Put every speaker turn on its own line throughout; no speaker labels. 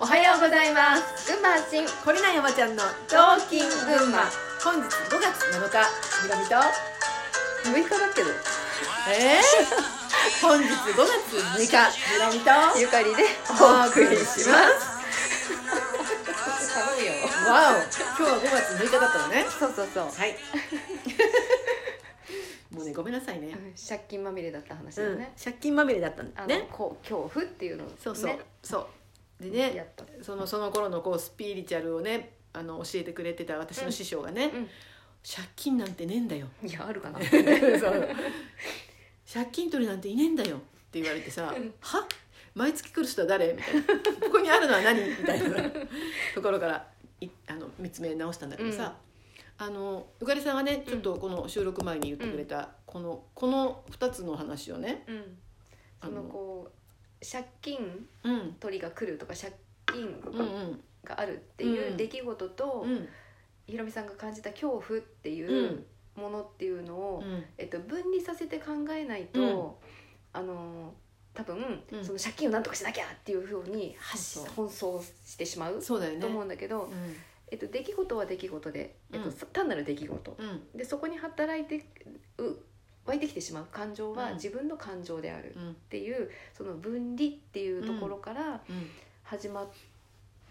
おはようございます
群馬発信
こりなやまちゃんの「
雑巾群馬」
本日5月7日ひろみと
6日だけど
えー、本日5月6日ひろみと
ゆかりで
お
お
送
送
り
り
し
し
ま
ます頼むよ
わお今日は5月6日だったのね
そうそうそう
はいもうねごめんなさいね、
うん借金まみれだった話だよね、
借金まみれだったんだ
あの
ね
こう恐怖っていうのをね
そうそう、そうで
やっ
ね
た
そのその頃のこうスピリチュアルをねあの教えてくれてた私の師匠がね、
うん
借金なんてねえんだよ
いやあるか な
そう借金取りなんていねえんだよって言われてさ
うん
「は毎月来る人は誰?」みたいな「ここにあるのは何?」みたいなところからいあの見つめ直したんだけどさ、あのゆかりさんがねちょっとこの収録前に言ってくれた、このこの2つの話をね
うん
あ
そのこう借金
うん
取りが来るとか借金
うんうん
があるって
う
い
ん
う出来事と、
うん
ひろみさんが感じた恐怖って
うんう
いうんうものっていうのを、
うん
えっと、分離させて考えないと、
うん
あのー多分、
うん
その借金をなんとかしなきゃっていうふうに発し
そうそう
奔走してしまう
そうだよね
と思うんだけど、えっと、出来事は出来事で、えっと
うん
単なる出来事
うんうん
でそこに働いてう湧いてきてしまう感情
う
は
ん
自分の感情であるっ
うん
ていう、その分離っていうところから
うん
始まっ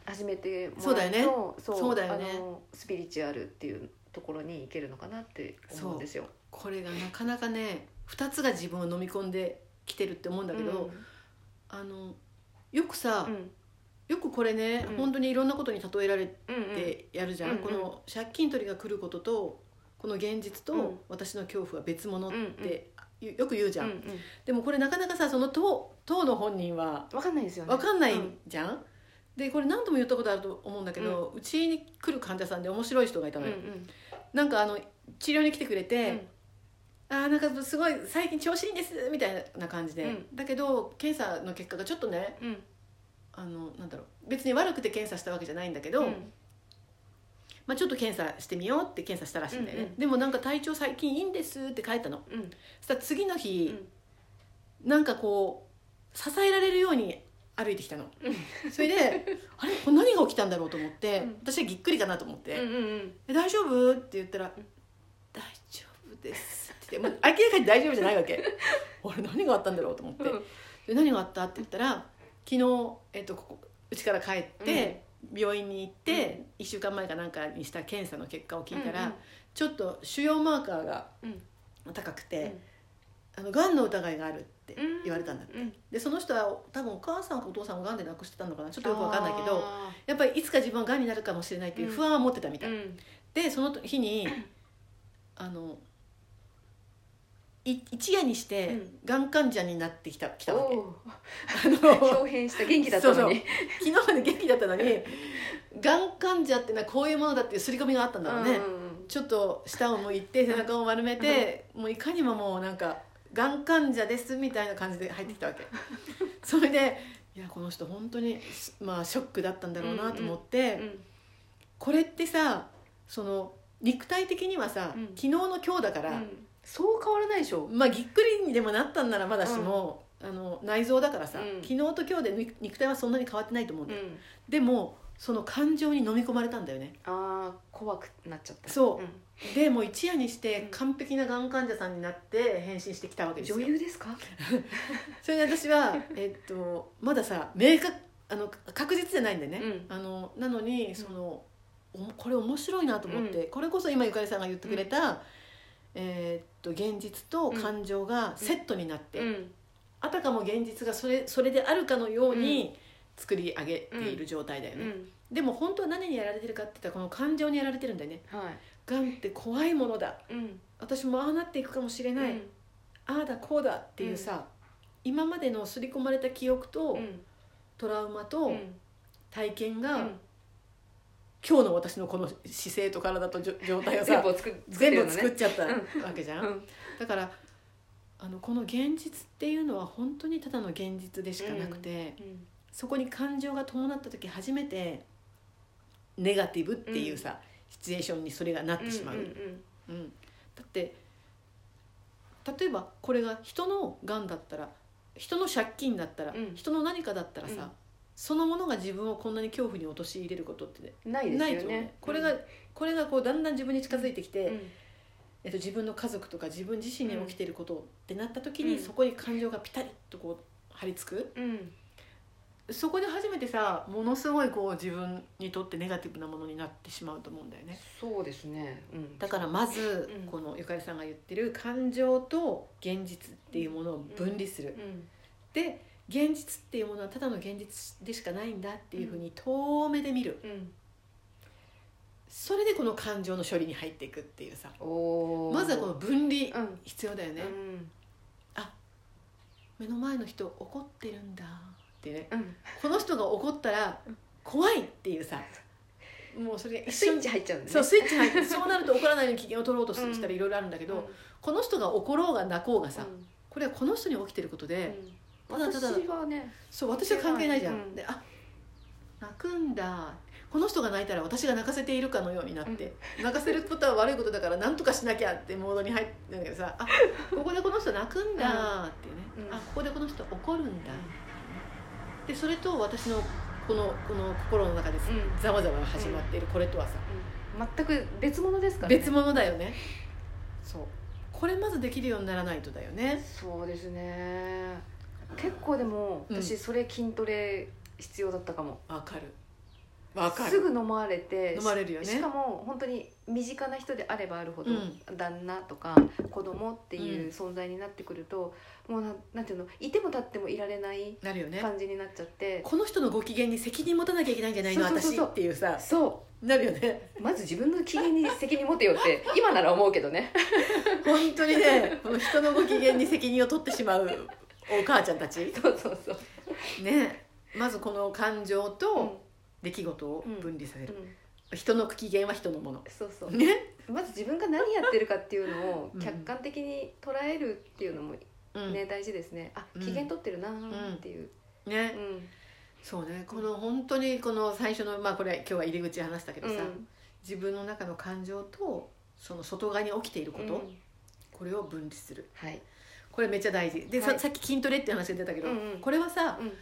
始めてもら
そうだよね
そう
そうだよね
あのスピリチュアルっていうところに行けるのかなって思うんですよ。
これがなかなかね2つが自分を飲み込んできてるって思うんだけど、あのよくさ、
うん、うん
よくこれね、
うん
本当にいろんなことに例えられ
うんうん
てやるじゃん、
うんうん
この借金取りが来ることとこの現実と、
うん
私の恐怖は別物っ
うんうん
てよよく言うじゃん、
うんうん
でもこれなかなかさその当当の本人は
わかんないですよね
分かんない
うん
じゃん、でこれ何度も言ったことあると思うんだけどうち、に来る患者さんで面白い人がいた
うんう
のよ、
ん
なんかあの治療に来てくれ
う
て、
ん
あーなんかすごい最近調子いいんですみたいな感じで、
うん
だけど検査の結果がちょっとね
うん
あのなんだろう別に悪くて検査したわけじゃないんだけど、
うん
まあ、ちょっと検査してみようって検査したらしいんだよね、
うんうん
でもなんか体調最近いいんですって書いたの
うん
そしたら次の日、なんかこう支えられるように歩いてきたの、それであれこれ何が起きたんだろうと思って、
うん
私はぎっくりかなと思って「
うんうん
え大丈夫?」って言ったら「
ん
大丈夫です」って言ってもう明らかに大丈夫じゃない わけあれ何があったんだろうと思って、
うん
で何があったって言ったら昨日、えっとここうちから帰って、病院に行って、1週間前かなんかにした検査の結果を聞いたら、
うんうん
ちょっと腫瘍マーカーが
うん
高くて、あのがんの疑いがあるって
うん
言われたんだって、
うん
でその人は多分お母さんかお父さんをがんで亡くしてたのかなちょっとよくわかんないけど
あ
やっぱりいつか自分はがんになるかもしれないっていう不安は持ってたみた
ー
い、
うん
でその日にあのい一夜にして
うん
がん患者になってきた来たわけ、
お
あの
ー表変した元気だったのに
昨日まで元気だった のにがん患者ってのはこういうものだっていう刷り込みがあったんだろうね、
うんうん
ちょっと下を向いて背中を丸めて、もういかにももうなんかがん患者ですみたいな感じで入ってきたわ けそれでいやこの人本当にまあショックだったんだろうなと思って、
うん
これってさその肉体的にはさ、
うん
昨日の今日だか
う
ら、
んそう変わらないでしょ
まあぎっくりにでもなったんならまだしも、あの内臓だからさ、
うん
昨日と今日で肉肉体はそんなに変わってないと思うん
う
だよ、
ん
でもその感情に飲み込まれたんだよね
あー怖くなっちゃった
そう
うん
でもう一夜にして
うん
完璧ながん患者さんになって変身してきたわけですよ
女優ですか
それで私は、えっと、まださ明確あの確実じゃないんでね、
うん
あのなのにその、おもこれ面白いなと思って、これこそ今ゆかりさんが言ってくれた、えっと現実と感情がセットになって、
うん
あたかも現実がそれそれであるかのように作り上げている状態だよ
う
ね、
ん
でも本当は何にやられてるかって言ったらこの感情にやられてるんだよね
は
がんって怖いものだ
いうん
私もああなっていくかもしれない、
うん
ああだこうだっていうさ、今までの刷り込まれた記憶と、
うん
トラウマ
う
と
ん
体験
う
が、
ん
今日の私のこの姿勢と体とじょ状態を
全
さ
部を作っ
全部
作
作
っ
っちゃった
う
わ
ん
けじ
て
ゃ
るの
ん
ね
だからあのこの現実っていうのは本当にただの現実でしかなくて、
うんうん
そこに感情が伴った時初めてネガティブっていうさ、シチュエーションにそれがなってしまう、
んん
うん、だって例えばこれが人のがんだったら人の借金だったら、
うん
人の何かだったらさ、そのものが自分をこんなに恐怖に陥れることって、ね
ないです
ない
よ
と思う
ね
これが、これがこうだんだん自分に近づいてきて、
うんうん
えっと、自分の家族とか自分自身に起きていることってなった時に、
うん
そこに感情がピタリとこう張り付く
うん
そこで初めてさものすごいこう自分にとってネガティブなものになってしまうと思うんだよね
そうですね、うん、
だからまず、
うん
このゆかりさんが言ってる感情と現実っていうものを分離する、
うん
で現実っていうものはただの現実でしかないんだっていうふうに遠目で見る
うん
それでこの感情の処理に入っていくっていうさ
おー
まずはこの分離
うん
必要だよね、
うん
目の前の人怒ってるんだってね
うん
この人が怒ったら怖いっていうさもうそれが一
スイ
瞬
ッチ入っちゃうんで
そう
ね
スイッチ入 ってそうなると怒らないように機嫌を取ろうと
うん
したらいろいろあるんだけど、
うん
この人が怒ろうが泣こうがさ、
うん
これはこの人に起きてることで、ただただ
私はね
そう私は関係ないじゃん、
うん
であ泣くんだこの人が泣いたら私が泣かせているかのようになって、泣かせることは悪いことだから何とかしなきゃってモードに入ってんだけどさあここでこの人泣くんだっていうね、
うん
あここでこの人怒るんだ、でそれと私のこのこの心の中です
うん
ざわざわ始まっているこれとはさ、
うん全く別物ですからね
別物だよねそうこれまずできるようにならないとだよね
そうですね結構でも
うん
私それ筋トレ必要だったかも、
わかるわかる
すぐ飲まれて
飲まれるよね
ししかも本当に身近な人であればあるほど、
うん
旦那とか子供っていうう存在になってくると、もうなんなんていうのいても立ってもいられない
なるよね
感じになっちゃって、
この人のご機嫌に責任持たなきゃいけないんじゃないの
そうそうそうそう
私っていうさ
そ
なるよね
うまず自分の機嫌に責任持てよって 今なら思うけどね
本当にねこの人のご機嫌に責任を取ってしまうお母ちゃんたち
そうそうそう、
ねまずこの感情
うん
と出来事を分離させ
う
る、
ん
人の機嫌は人のもの
そうそう
ね、
まず自分が何やってるかっていうのを
うん
客観的に捉えるっていうのも
うん、
ね、
ね
大事ですねあ
うん
機嫌取ってるなーっていう、うん
そうねこの本当にこの最初のまあこれ今日は入り口話したけど
う
さ、
ん
自分の中の感情とその外側に起きていること、
うん
これを分離する
はい、
これめっちゃ大事で、
は
さ
い
さっき筋トレって話が出たけど、
うんうん
これはさ
うん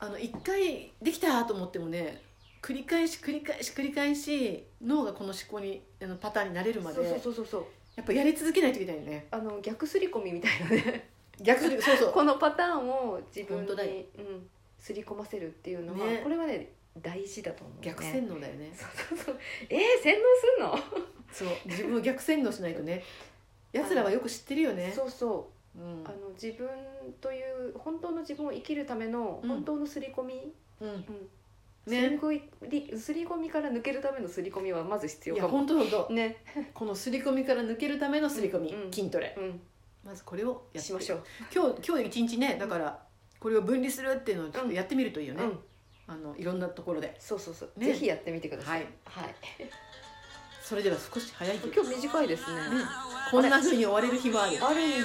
あの一回できたと思ってもね繰り返し繰り返し繰り返し脳がこの思考にあのパターンになれるまで
そうそうそうそうそう
やっぱやり続けないといけないよね
あの逆すり込みみたいなね
逆にそうそう
このパターンを自分
本当だよ
に、うん、すり込ませるっていうのは、
ね
これはね大事だと思う、ね、
逆洗脳だよね
そうそうそうえー、洗脳す
そう自分を逆洗脳しないとね奴らはよく知ってるよ
んの、
ね
そうそううあ
ん
の自分という本当の自分を生きるための
うん
本当のすり込み、
うん
うんすり
ね
込みすり込みから抜けるためのすり込みはまず必
い
要
や
かも
本当本当
ね、
この刷り込みから抜けるための刷り込み、
うんうん
筋トレ
う
まずこれ
ん、
をやって
しましょう、
今日今日一日ねだからこれを分離するっていうのをちょっとやってみるといいよね、
うん
あのいろんなところで
そうそうそう、
ね
ぜひやってみてください。はい。
それでは少し早いけど
今日短いですね。
こんな風に終われる日もある
あるんだ。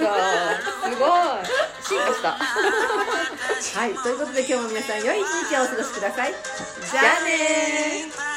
すごい。進化した。
はいということで今日も皆さん良い一日をお過ごしくださいじゃあ
じ
ね
ゃあねー。